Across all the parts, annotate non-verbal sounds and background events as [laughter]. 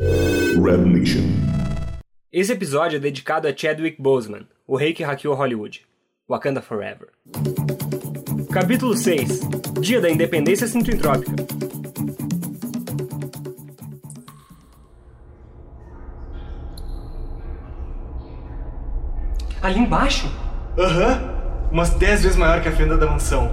Red Nation. Esse episódio é dedicado a Chadwick Boseman, o rei que hackeou Hollywood. Wakanda Forever. Capítulo 6 Dia da Independência Sintentrópica Ali embaixo? Aham, umas 10 vezes maior que a fenda da mansão.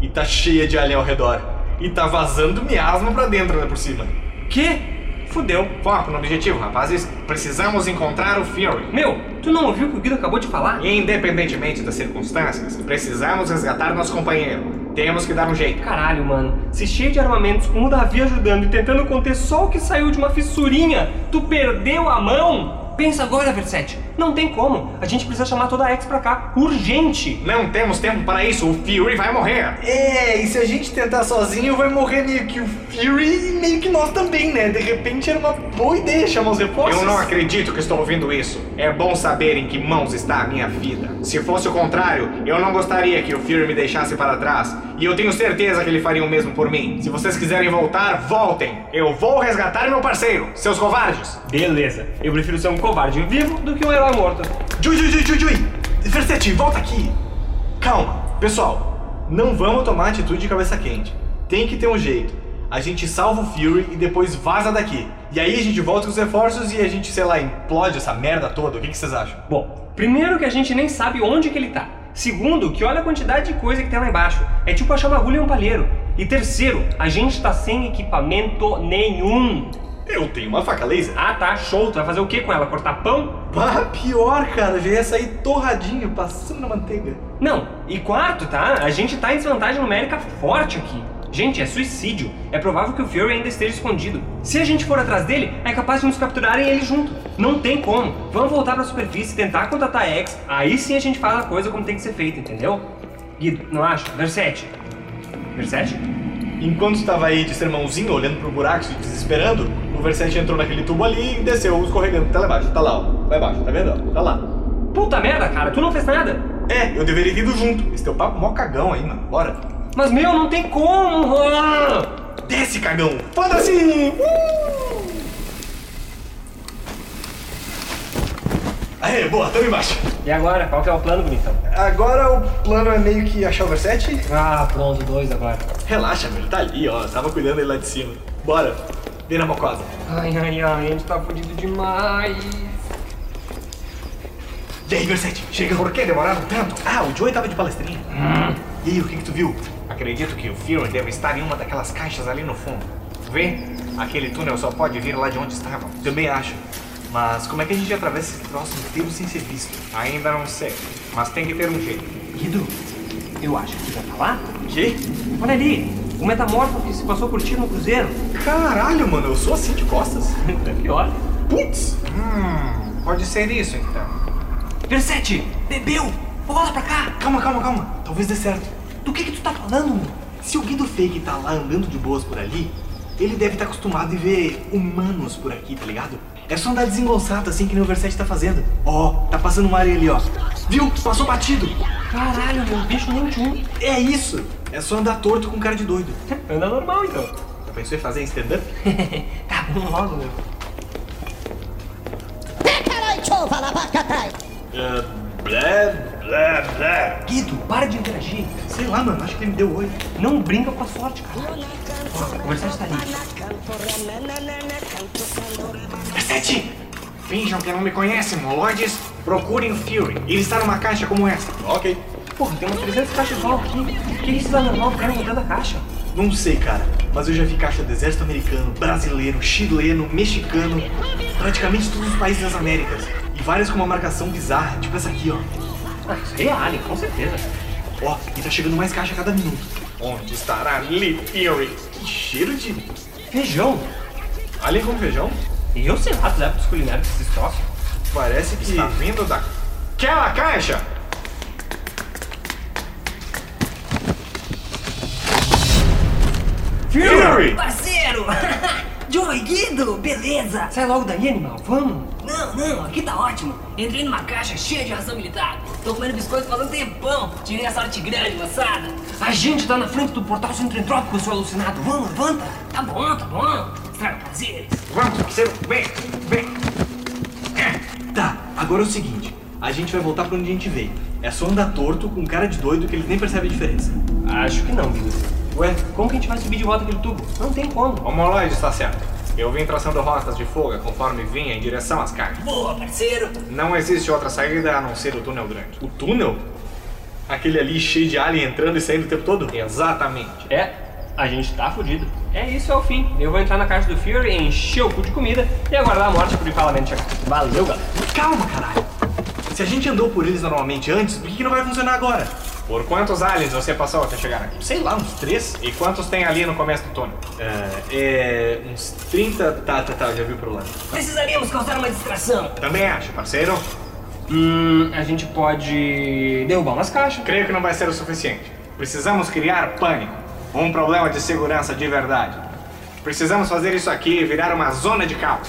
E tá cheia de alien ao redor. E tá vazando miasma pra dentro, né, por cima. Que? Fudeu. Foco no objetivo, rapazes. Precisamos encontrar o Fury. Meu, tu não ouviu o que o Guido acabou de falar? Independentemente das circunstâncias, precisamos resgatar nosso companheiro. Temos que dar um jeito. Caralho, mano. Se cheio de armamentos, com o Davi ajudando e tentando conter só o que saiu de uma fissurinha, tu perdeu a mão? Pensa agora, Versetti. Não tem como. A gente precisa chamar toda a X pra cá. Urgente. Não temos tempo para isso, o Fury vai morrer. É, e se a gente tentar sozinho, vai morrer meio que o Fury e meio que nós também, né? De repente era uma boa ideia chamar os reforços. Eu não acredito que estou ouvindo isso. É bom saber em que mãos está a minha vida. Se fosse o contrário, eu não gostaria que o Fury me deixasse para trás. E eu tenho certeza que ele faria o mesmo por mim. Se vocês quiserem voltar, voltem. Eu vou resgatar meu parceiro, seus covardes. Beleza. Eu prefiro ser um covarde vivo do que um herói morto. Jui, Jui, Jui, Jui, Jui. Versetti, volta aqui. Calma. Pessoal, não vamos tomar atitude de cabeça quente. Tem que ter um jeito. A gente salva o Fury e depois vaza daqui. E aí a gente volta com os reforços e a gente, sei lá, implode essa merda toda. O que que vocês acham? Bom, primeiro que a gente nem sabe onde que ele tá. Segundo, que olha a quantidade de coisa que tem lá embaixo. É tipo achar uma agulha em um palheiro. E terceiro, a gente tá sem equipamento nenhum. Eu tenho uma faca laser. Ah tá, show. Tu vai fazer o que com ela? Cortar pão? Ah, Bah, pior, cara. Já ia sair torradinho, passando na manteiga. Não. E quarto, tá? A gente tá em desvantagem numérica forte aqui. Gente, é suicídio. É provável que o Fury ainda esteja escondido. Se a gente for atrás dele, é capaz de nos capturarem ele junto. Não tem como. Vamos voltar pra superfície, tentar contratar a X. Aí sim a gente faz a coisa como tem que ser feita, entendeu? Guido, não acho. Verset. Verset? Enquanto estava aí de sermãozinho olhando pro buraco, se desesperando, o Versetti entrou naquele tubo ali e desceu escorregando até lá embaixo. Tá lá, ó. Lá embaixo, tá vendo? ó? Tá lá. Puta merda, cara. Tu não fez nada. É, eu deveria ter ido junto. Esse teu papo é mó cagão aí, mano. Bora. Mas, meu, não tem como. Ah! Desce, cagão! Foda-se! Uh! Aê, boa, tamo embaixo. E agora, qual que é o plano, bonitão? Agora o plano é meio que achar o Versetti. Ah, pronto, dois agora. Relaxa, velho, tá ali, ó. Tava cuidando ele lá de cima. Bora. Vem na mocosa. Ai, ai, ai, a gente tá fudido demais. E aí, Versetti, chega. Por que demoraram tanto? Ah, o Joey tava de palestrinha. E aí, o que que tu viu? Acredito que o Fury deve estar em uma daquelas caixas ali no fundo. Vê? Aquele túnel só pode vir lá de onde estava. Também acho. Mas como é que a gente atravessa esse troço inteiro sem ser visto? Ainda não sei. Mas tem que ter um jeito. Guido, eu acho que já tá lá. Que? Olha ali, o metamorfo que se passou por ti no cruzeiro. [laughs] Caralho, mano, eu sou assim de costas? Hum, É pior. Putz! Pode ser isso, então. Versete, bebeu! Bola pra cá! Calma, calma, calma. Talvez dê certo. Do que que tu tá falando, meu? Se o Guido Fake tá lá andando de boas por ali, ele deve estar acostumado em ver humanos por aqui, tá ligado? É só andar desengonçado assim que nem o Versace tá fazendo. Ó, tá passando um areia ali, ó. Viu? Passou batido. Caralho, meu, bicho nem nenhum. É isso. É só andar torto com cara de doido. Anda normal, então. Já pensou em fazer stand-up? tá bom logo, meu. Ah, blé, blé, blé. Guido, para de interagir. Sei lá, mano. Acho que ele me deu oi. Não brinca com a sorte, cara. Ó, o Versace tá ali. Versace! Finjam que não me conhecem, molodes. Procurem o Fury. Ele está numa caixa como essa. Ok. Porra, tem umas 300 caixas igual aqui. Que isso anormal ficaram mudando a caixa? Não sei, cara, mas eu já vi caixa do exército americano, brasileiro, chileno, mexicano, praticamente todos os países das Américas. E várias com uma marcação bizarra, tipo essa aqui, ó. Ah, isso aí é alien, com certeza. Ó, e tá chegando mais caixa a cada minuto. Onde estará Lee Fury? Que cheiro de Feijão? alien com feijão? E eu sei lá dos hábitos culinários desses troços. Parece que está vindo daquela caixa. Fury! Parceiro! [laughs] Joey Guido, beleza? Sai logo daí, animal, vamos. Não, não, aqui tá ótimo. Entrei numa caixa cheia de ração militar. Tô comendo biscoito faz um tempão. Tirei a sorte grande, moçada. A gente tá na frente do portal centroentrópico, seu alucinado. Vamos, levanta. Tá bom, tá bom. Estraga prazeres. Vamos, parceiro, vem, vem. Agora é o seguinte, a gente vai voltar pra onde a gente veio. É só andar torto com cara de doido que eles nem percebem a diferença. Acho que não, Billy. Ué, Como que a gente vai subir de volta aquele tubo? Não tem como. homoloide está certo. Eu vim traçando rotas de fuga conforme vinha em direção às cargas. Boa, parceiro! Não existe outra saída a não ser o túnel grande. O túnel? Aquele ali cheio de alien entrando e saindo o tempo todo? Exatamente. É, a gente tá fudido. É isso, é o fim. Eu vou entrar na caixa do Fury, encher o cu de comida e aguardar a morte pro parlamento chegar. Valeu, galera. Calma, caralho! Se a gente andou por eles normalmente antes, por que, que não vai funcionar agora? Por quantos aliens você passou até chegar aqui? Sei lá, uns três? E quantos tem ali no começo do túnel? É, é. uns 30. Tá, tá, tá, já vi o problema. Precisaríamos causar uma distração. Também acho, parceiro. Hum, a gente pode derrubar umas caixas. Creio que não vai ser o suficiente. Precisamos criar pânico. Um problema de segurança de verdade. Precisamos fazer isso aqui virar uma zona de caos.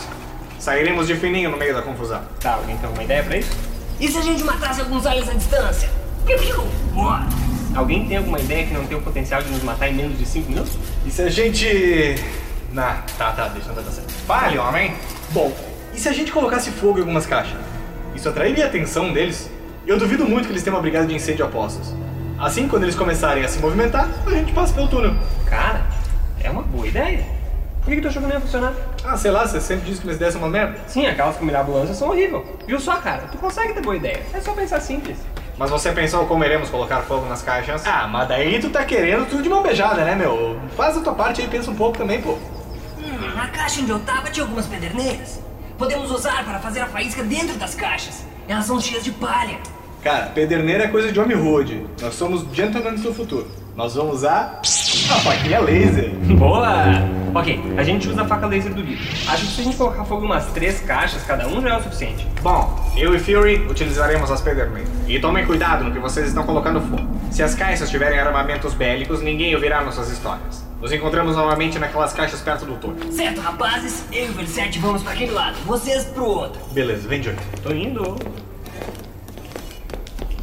Sairemos de fininho no meio da confusão. Tá, alguém tem alguma ideia pra isso? E se a gente matasse alguns aliens à distância? Piu, piu. Bora! Alguém tem alguma ideia que não tem o potencial de nos matar em menos de 5 minutos? E se a gente. Na, tá, tá, deixa eu dar certo. Fale, homem! Bom, e se a gente colocasse fogo em algumas caixas? Isso atrairia a atenção deles? Eu duvido muito que eles tenham uma brigada de incêndio a postos. Assim, quando eles começarem a se movimentar, a gente passa pelo túnel. Cara, é uma boa ideia. Por que, que tu achou que não ia funcionar? Ah, sei lá, você sempre disse que eles dessem uma merda. Sim, aquelas com mirabolância são horríveis. Viu só, cara? Tu consegue ter boa ideia. É só pensar simples. Mas você pensou como iremos colocar fogo nas caixas? Ah, mas daí tu tá querendo tudo de mão beijada, né, meu? Faz a tua parte aí, pensa um pouco também, pô. Hum, na caixa onde eu tava tinha algumas pederneiras. Podemos usar para fazer a faísca dentro das caixas. Elas são cheias de palha. Cara, pederneira é coisa de homem rude. Nós somos gentlemen do futuro. Nós vamos usar a faquinha laser. Boa! Ok, a gente usa a faca laser do livro. Acho que se a gente colocar fogo em umas três caixas, cada um já é o suficiente. Bom, eu e Fury utilizaremos as pederneiras. E tomem cuidado no que vocês estão colocando fogo. Se as caixas tiverem armamentos bélicos, ninguém ouvirá nossas histórias. Nos encontramos novamente naquelas caixas perto do túnel. Certo, rapazes? Eu e o Verset vamos para aquele lado, vocês pro outro. Beleza, vem de olho. Tô indo.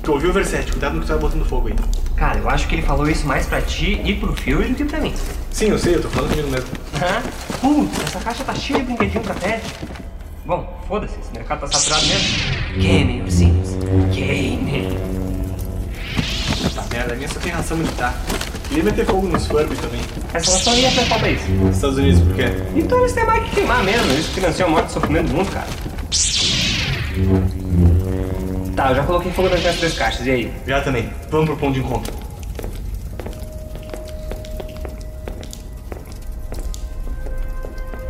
Tu ouviu o Verset, cuidado no que tu vai botando fogo aí. Cara, eu acho que ele falou isso mais pra ti e pro Fury do que pra mim. Sim, eu sei, eu tô falando comigo mesmo. Hã? Putz, essa caixa tá cheia de brinquedinho pra pet. Bom, foda-se, esse mercado tá saturado mesmo. Queimem, ursinhos. Queimem. Tá merda, a minha só tem ração militar. Queria meter fogo nos Furby também. Essa relação ia ser pra isso. Nos Estados Unidos, por quê? Então eles têm mais que queimar mesmo, eles financiam a morte e sofrimento do mundo, cara. Tá, eu já coloquei fogo nas minhas três caixas, e aí? Já também. Vamos pro ponto de encontro.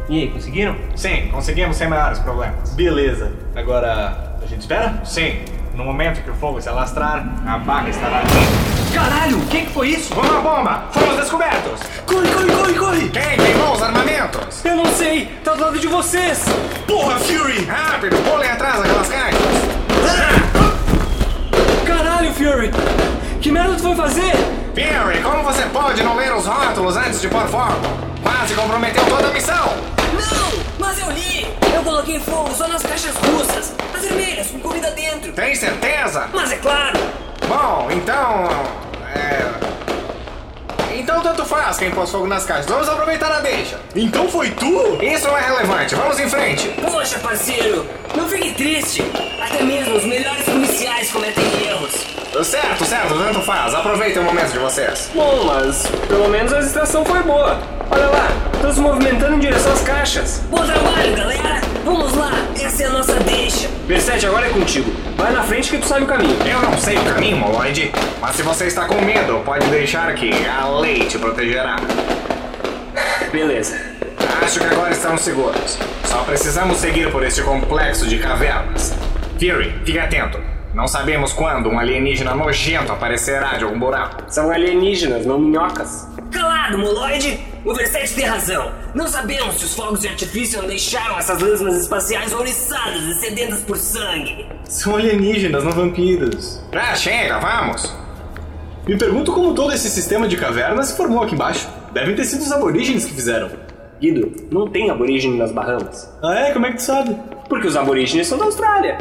E aí, conseguiram? Sim, conseguimos sem maiores problemas. Beleza. Agora, a gente espera? Sim, no momento que o fogo se alastrar, a barra estará ali. Caralho, o que que foi isso? Uma bomba! Fomos descobertos! Corre, corre, corre, corre! Quem queimou os armamentos? Eu não sei, tá do lado de vocês! Porra, Fury! Rápido, pulem atrás daquelas caixas! Caralho, Fury! Que merda tu foi fazer? Fury, como você pode não ler os rótulos antes de pôr fogo? Quase comprometeu toda a missão! Não, mas eu li. Eu coloquei fogo só nas caixas russas, as vermelhas com comida dentro. Tem certeza? Mas é claro, Bom, então. É. Então tanto faz quem pôs fogo nas caixas. Vamos aproveitar a deixa. Então foi tu? Isso não é relevante, vamos em frente. Poxa, parceiro, não fique triste. Até mesmo os melhores policiais cometem erros. Certo, certo, tanto faz. Aproveitem o momento de vocês. Bom, mas pelo menos a distração foi boa. Olha lá, estão se movimentando em direção às caixas. Bom trabalho, galera. Vamos lá, essa é a nossa deixa. Verset, agora é contigo. Vai na frente que tu sabe o caminho. Eu não sei o caminho, Moloide, mas se você está com medo, pode deixar que a lei te protegerá. Beleza. Acho que agora estamos seguros. Só precisamos seguir por este complexo de cavernas. Fury, fique atento. Não sabemos quando um alienígena nojento aparecerá de algum buraco. São alienígenas, não minhocas. Calado, Moloide! O Verset tem razão. Não sabemos se os fogos de artifício não deixaram essas lesmas espaciais ouriçadas e sedentas por sangue. São alienígenas, não vampiros. Já Ah, chega, vamos! Me pergunto como todo esse sistema de cavernas se formou aqui embaixo. Devem ter sido os aborígenes que fizeram. Guido, não tem aborígene nas Bahamas. Ah é? Como é que tu sabe? Porque os aborígenes são da Austrália.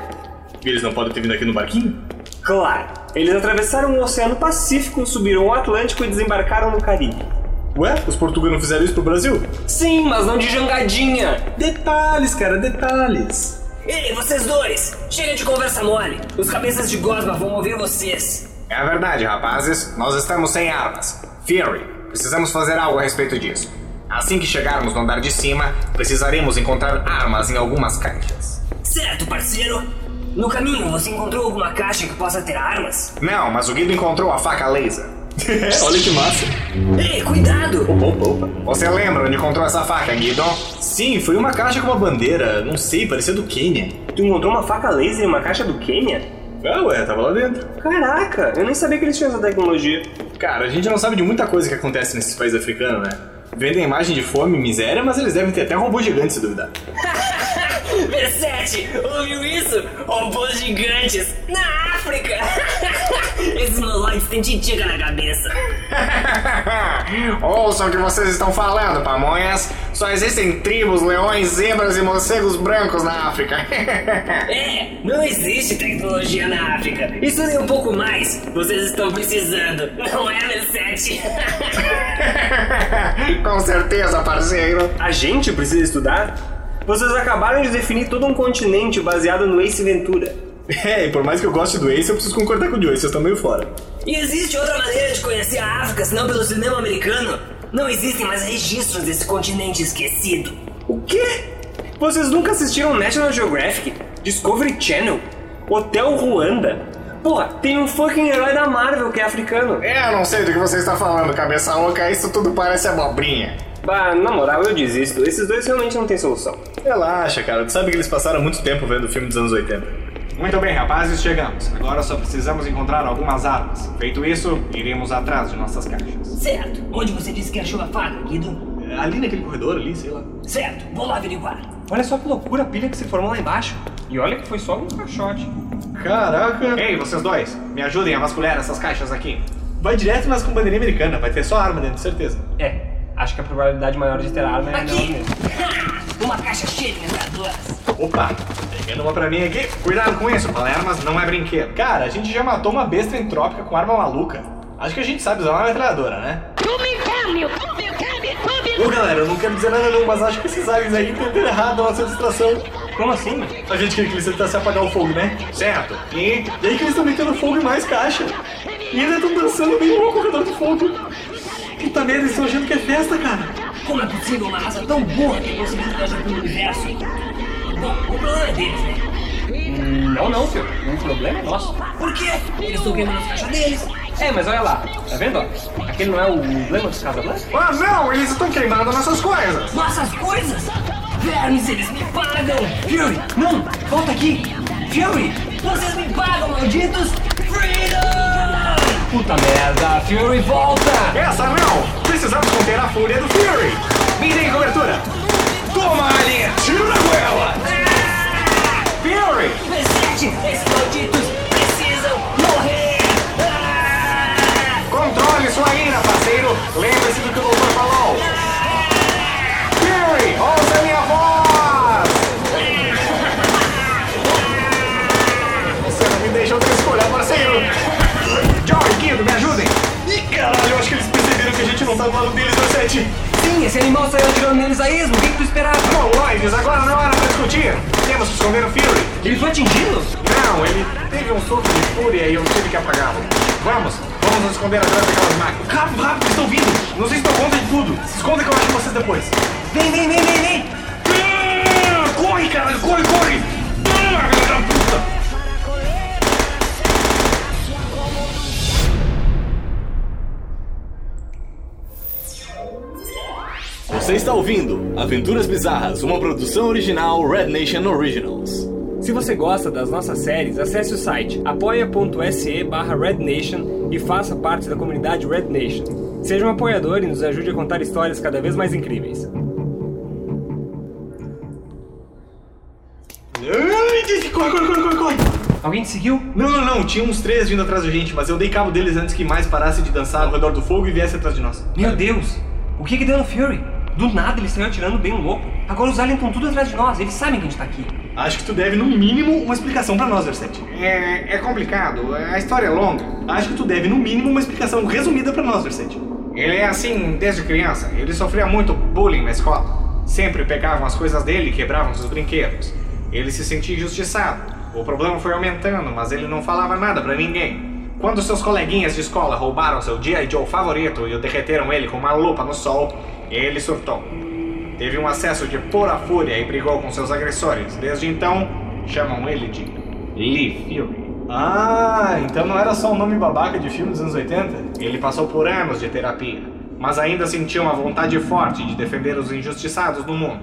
Eles não podem ter vindo aqui no barquinho? Claro, eles atravessaram o Oceano Pacífico, subiram o Atlântico e desembarcaram no Caribe. Ué, os portugueses não fizeram isso pro Brasil? Sim, mas não de jangadinha. Detalhes, cara, detalhes. Ei, vocês dois! Chega de conversa mole! Os cabeças de gosma vão ouvir vocês! É verdade, rapazes. Nós estamos sem armas. Fury, precisamos fazer algo a respeito disso. Assim que chegarmos no andar de cima, precisaremos encontrar armas em algumas caixas. Certo, parceiro! No caminho, você encontrou alguma caixa que possa ter armas? Não, mas o Guido encontrou a faca laser. [laughs] Olha que massa. Ei, cuidado! Opa, opa. Você lembra onde encontrou essa faca, Guido? Sim, foi uma caixa com uma bandeira, não sei, parecia do Quênia. Tu encontrou uma faca laser em uma caixa do Quênia? Ah, ué, tava lá dentro. Caraca, eu nem sabia que eles tinham essa tecnologia. Cara, a gente não sabe de muita coisa que acontece nesses países africanos, né? Vendem imagem de fome e miséria, mas eles devem ter até robô gigante, se duvidar. Versete, ouviu isso? Robôs gigantes na África! [laughs] Esses moloides têm titica na cabeça. [laughs] Ouçam o que vocês estão falando, pamonhas. Só existem tribos, leões, zebras e morcegos brancos na África. [laughs] É, não existe tecnologia na África. Estudem um pouco mais. Vocês estão precisando, não é, [laughs] Versete? Com certeza, parceiro. A gente precisa estudar? Vocês acabaram de definir todo um continente baseado no Ace Ventura. [laughs] É, e por mais que eu goste do Ace, eu preciso concordar com o Joey, vocês estão meio fora. E existe outra maneira de conhecer a África senão pelo cinema americano? Não existem mais registros desse continente esquecido. O quê? Vocês nunca assistiram National Geographic, Discovery Channel, Hotel Ruanda? Porra, tem um fucking herói da Marvel que é africano. Eu não sei do que você está falando, cabeça oca. Isso tudo parece abobrinha. Bah, na moral, eu desisto. Esses dois realmente não têm solução. Relaxa, cara, tu sabe que eles passaram muito tempo vendo o filme dos anos 80. Muito bem, rapazes, chegamos. Agora só precisamos encontrar algumas armas. Feito isso, iremos atrás de nossas caixas. Certo, onde você disse que achou a faca, Guido? É, Ali naquele corredor, ali, sei lá. Certo, vou lá averiguar. Olha só que loucura a pilha que se formou lá embaixo. E olha que foi só um caixote. Caraca. Ei, vocês dois, me ajudem a vasculhar essas caixas aqui. Vai direto, mas com bandeirinha americana, vai ter só arma dentro, certeza. É, acho que a probabilidade maior de ter arma é não Aqui! mesmo. Ha! [laughs] Uma caixa cheia de metralhadoras. Opa, Pegando uma pra mim aqui. Cuidado com isso, Palermas não é brinquedo. cara, a gente já matou uma besta entrópica com arma maluca. Acho que a gente sabe usar uma metralhadora, né? Come down, you come down, you come Ô galera, eu não quero dizer nada não, mas acho que esses aliens aí entenderam errado a nossa distração. Como assim? A gente queria que eles tentassem apagar o fogo, né? Certo. E E aí que eles estão metendo fogo em mais caixa. E ainda estão dançando bem louco ao redor do fogo. Puta merda, eles estão achando que é festa, cara. Como é possível uma raça tão burra ter conseguido viajar pelo universo? Bom, o problema é deles, né? Não, não, filho. O problema é nosso. Por quê? Eles estão queimando as caixas deles. É, mas olha lá. Tá vendo? ó? Aquele não é o emblema dos Casablanca? Ah, não! Eles estão queimando nossas coisas! Nossas coisas! Vermes, eles me pagam! Fury, não! Volta aqui! Fury! Vocês me pagam, malditos! Freedom! Puta merda! Fury, volta! Essa não! Precisamos conter a fúria do Fury! Mirem em cobertura! Toma, alien! Tiro na goela! Fury! Presente! Esses malditos precisam morrer! Ah! Controle sua ira, parceiro! Lembre-se do que o doutor falou! Fury! Ouça minha voz! Você não me deixou ter escolha, parceiro! Joy, Guido, me ajudem! Ih, caralho, eu acho que eles perceberam que a gente não tá do lado deles, é, Dorset. Sim, esse animal saiu atirando neles a esmo. O que que tu esperava? Moloides, agora não é era pra discutir! Temos que esconder o Fury! Ele foi atingido? Não, ele teve um soco de fúria e eu tive que apagá-lo. Vamos, vamos nos esconder atrás daquelas máquinas. Rápido, rápido, estão vindo! Não sei se dão conta de tudo. Se escondem que eu acho vocês depois. Vem, vem, vem, vem, vem! Ah, Corre, cara, corre, corre! Ah, filha da puta! Você está ouvindo Aventuras Bizarras, uma produção original Red Nation Originals. Se você gosta das nossas séries, acesse o site apoia.se barra Red Nation e faça parte da comunidade Red Nation. Seja um apoiador e nos ajude a contar histórias cada vez mais incríveis. Ai, corre, corre, corre, corre, corre! Alguém te seguiu? Não, não, não, tinha uns três vindo atrás da gente, mas eu dei cabo deles antes que mais parassem de dançar ao redor do fogo e viesse atrás de nós. Meu Deus! O que que deu no Fury? Do nada ele saiu atirando bem um louco. Agora os aliens estão tudo atrás de nós, eles sabem que a gente tá aqui. Acho que tu deve, no mínimo, uma explicação pra nós, Verset. É, é complicado, a história é longa. Acho que tu deve, no mínimo, uma explicação resumida pra nós, Verset. Ele é assim desde criança. Ele sofria muito bullying na escola. Sempre pegavam as coisas dele e quebravam seus brinquedos. Ele se sentia injustiçado. O problema foi aumentando, mas ele não falava nada pra ninguém. Quando seus coleguinhas de escola roubaram seu G.I. Joe favorito e o derreteram ele com uma lupa no sol, ele surtou. Teve um acesso de pura fúria e brigou com seus agressores. Desde então, chamam ele de Lee Fury. Ah, então não era só um nome babaca de filme dos anos 80? Ele passou por anos de terapia, mas ainda sentia uma vontade forte de defender os injustiçados no mundo.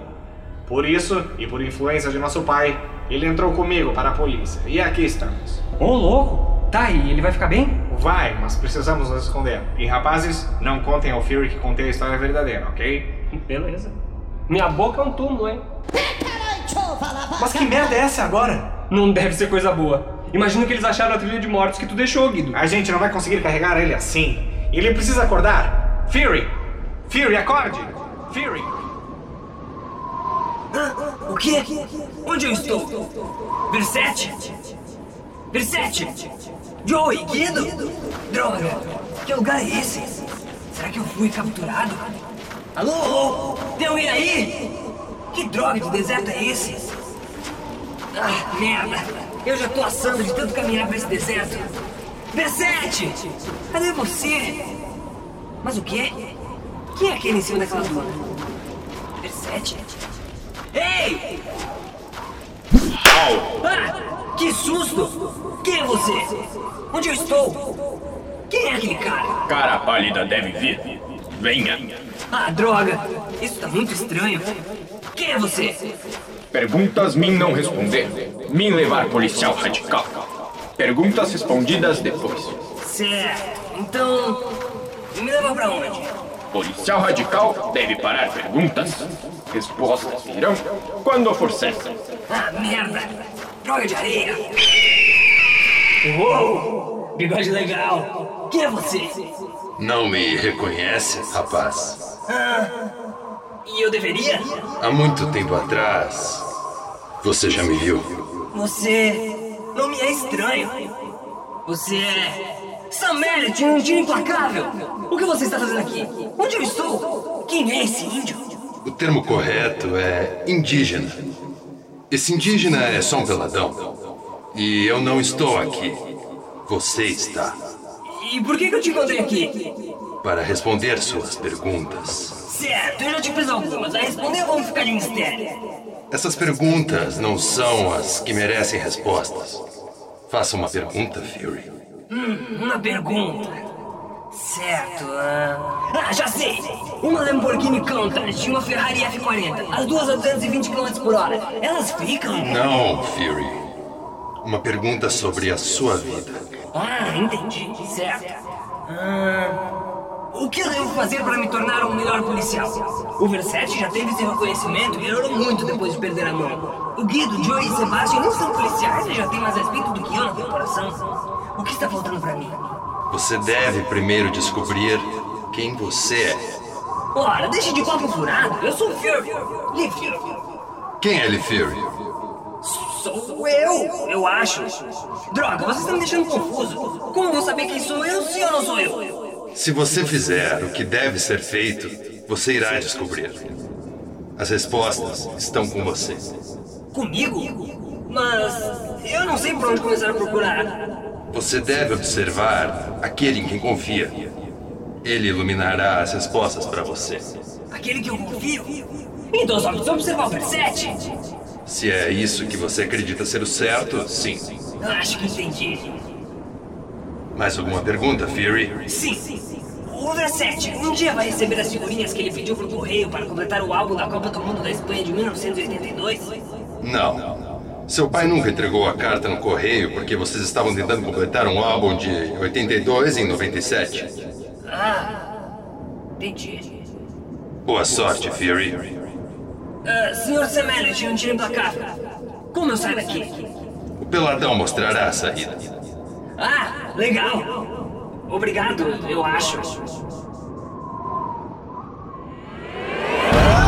Por isso, e por influência de nosso pai, ele entrou comigo para a polícia. E aqui estamos. Ô, louco! Tá, e ele vai ficar bem? Vai, mas precisamos nos esconder. E rapazes, não contem ao Fury que contei a história verdadeira, ok? Beleza. Minha boca é um túmulo, hein? Mas que merda é essa agora? Não deve ser coisa boa. Imagina que eles acharam a trilha de mortos que tu deixou, Guido. A gente não vai conseguir carregar ele assim. Ele precisa acordar. Fury! Fury, acorde! Fury! O quê? Onde eu estou? Versete? Versete? Joey, Guido? Droga, que lugar é esse? Será que eu fui capturado? Alô, alô? Tem alguém aí? Que droga de deserto é esse? Ah, merda! Eu já tô assando de tanto caminhar pra esse deserto. Versete! Cadê você? Mas o quê? Quem é aquele em cima daquela lua? Versete? Ei! Ah, que susto! Quem é você? Onde eu estou? Quem é aquele cara? Cara pálida deve vir. Venha. Ah, droga! Isso tá muito estranho. Quem é você? Perguntas mim não responder. Mim levar policial radical. Perguntas respondidas depois. Certo, então. Me leva pra onde? Policial radical deve parar perguntas. Respostas virão quando for certa. Ah, merda! Droga de areia! Uou! Bigode legal! Quem é você? Não me reconhece, rapaz? E eu deveria? Há muito tempo atrás, você já me viu. Você não me é estranho. Você é. Samélia de um índio implacável! O que você está fazendo aqui? Onde eu estou? Quem é esse índio? O termo correto é indígena. Esse indígena é só um peladão. E eu não estou aqui. Você está. E por que, que eu te encontrei aqui? Para responder suas perguntas. Certo, eu já te fiz algumas. Vai responder ou vamos ficar de mistério? Essas perguntas não são as que merecem respostas. Faça uma pergunta, Fury. Uma pergunta. Certo. ah, Ah, já sei! Uma Lamborghini Countach e uma Ferrari F40. As duas a 220 km por hora. Elas ficam? Não, Fury. Uma pergunta sobre a sua vida. Ah, entendi. Certo. Ah, o que eu devo fazer para me tornar um melhor policial? O Versetti já teve seu reconhecimento e melhorou muito depois de perder a mão. O Guido, Joey e Sebastian não são policiais e já têm mais respeito do que eu na corporação. O que está faltando para mim? Você deve primeiro descobrir quem você é. Ora, deixa de papo furado. Eu sou o Fury. Lee Fury. Quem é ele, Fury? Sou eu, eu acho. Droga, vocês estão me deixando confuso. Como eu vou saber quem sou eu se eu não sou eu? Se você fizer o que deve ser feito, você irá descobrir. As respostas estão com você. Comigo? Mas eu não sei por onde começar a procurar. Você deve observar aquele em quem confia. Ele iluminará as respostas para você. Aquele que eu confio? Então só precisa observar o preset. Se é isso que você acredita ser o certo, sim. Acho que entendi. Mais alguma pergunta, Fury? Sim. O Verset um dia vai receber as figurinhas que ele pediu pro correio para completar o álbum da Copa do Mundo da Espanha de 1982? Não. Seu pai nunca entregou a carta no correio porque vocês estavam tentando completar um álbum de 82 em 97. Entendi. Boa sorte, Fury. Ah, Sr. Semelho, tinha um tiro implacável. Como eu saio daqui? O peladão mostrará a saída. Ah, legal! Obrigado, eu acho.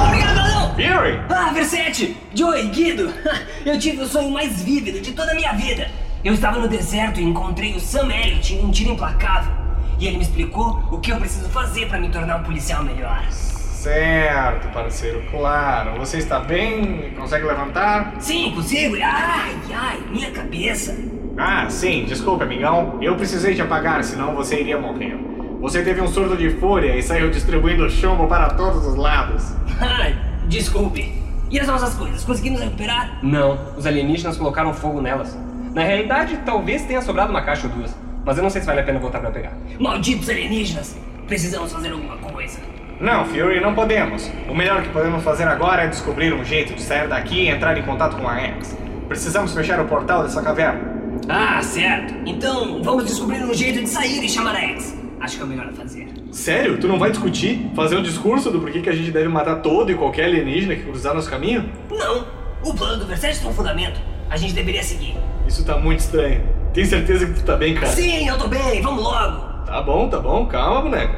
Obrigado, Adão! Fury! Ah, Versete! Joey, Guido! [laughs] Eu tive o sonho mais vívido de toda a minha vida. Eu estava no deserto e encontrei o Sam Elliott em um tiro implacável. E ele me explicou o que eu preciso fazer para me tornar um policial melhor. certo, parceiro, claro. Você está bem? Consegue levantar? Sim, consigo. Ai, ai, minha cabeça. [laughs] Ah, sim, desculpa, amigão. Eu precisei te apagar, senão você iria morrer. Você teve um surto de fúria e saiu distribuindo chumbo para todos os lados. Ai, desculpe. E as nossas coisas? Conseguimos recuperar? Não, os alienígenas colocaram fogo nelas. Na realidade, talvez tenha sobrado uma caixa ou duas, mas eu não sei se vale a pena voltar pra pegar. Malditos alienígenas! Precisamos fazer alguma coisa. Não, Fury, não podemos. O melhor que podemos fazer agora é descobrir um jeito de sair daqui e entrar em contato com a X. Precisamos fechar o portal dessa caverna. Ah, certo. Então, vamos descobrir um jeito de sair e chamar a X. Acho que é o melhor a fazer. Sério? Tu não vai discutir? Fazer um discurso do porquê que a gente deve matar todo e qualquer alienígena que cruzar nosso caminho? Não! O plano do Versace tem um fundamento. A gente deveria seguir. Isso tá muito estranho. Tem certeza que tu tá bem, cara? Sim, eu tô bem. Vamos logo. Tá bom, tá bom. Calma, boneca.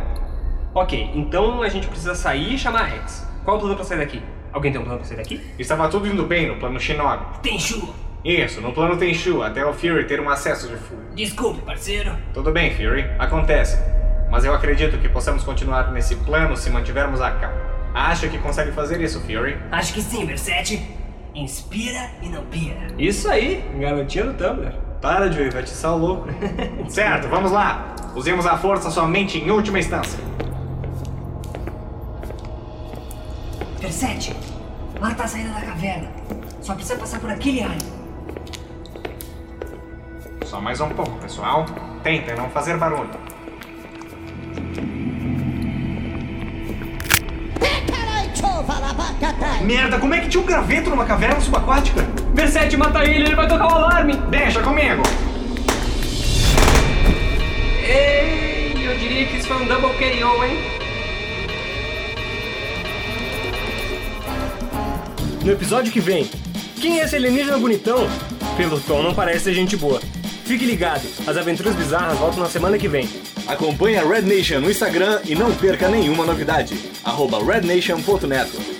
Ok, então a gente precisa sair e chamar a Rex. Qual é o plano pra sair daqui? Alguém tem um plano pra sair daqui? Estava tudo indo bem no plano Shinobi. Tem chuva. Isso, no plano Tenchu, até o Fury ter um acesso de fúria. Desculpe, parceiro. Tudo bem, Fury, acontece. Mas eu acredito que possamos continuar nesse plano se mantivermos a calma. Acha que consegue fazer isso, Fury? Acho que sim, Versace. Inspira e não pira. Isso aí, garotinha do Tumblr. Para, Joey, vai te sal louco. [laughs] certo, vamos lá. Usemos a força somente em última instância. Versace, lá tá a saída da caverna. Só precisa passar por aquele alho. Só mais um pouco, pessoal. Tentem não fazer barulho. Merda, como é que tinha um graveto numa caverna subaquática? Verset, mata ele, ele vai tocar o alarme! Deixa comigo! Ei, eu diria que isso foi um double KO, hein? No episódio que vem, quem é esse alienígena bonitão? Pelo tom, não parece ser gente boa. Fique ligado, as aventuras bizarras voltam na semana que vem. Acompanhe a Red Nation no Instagram e não perca nenhuma novidade. Arroba rednation.net.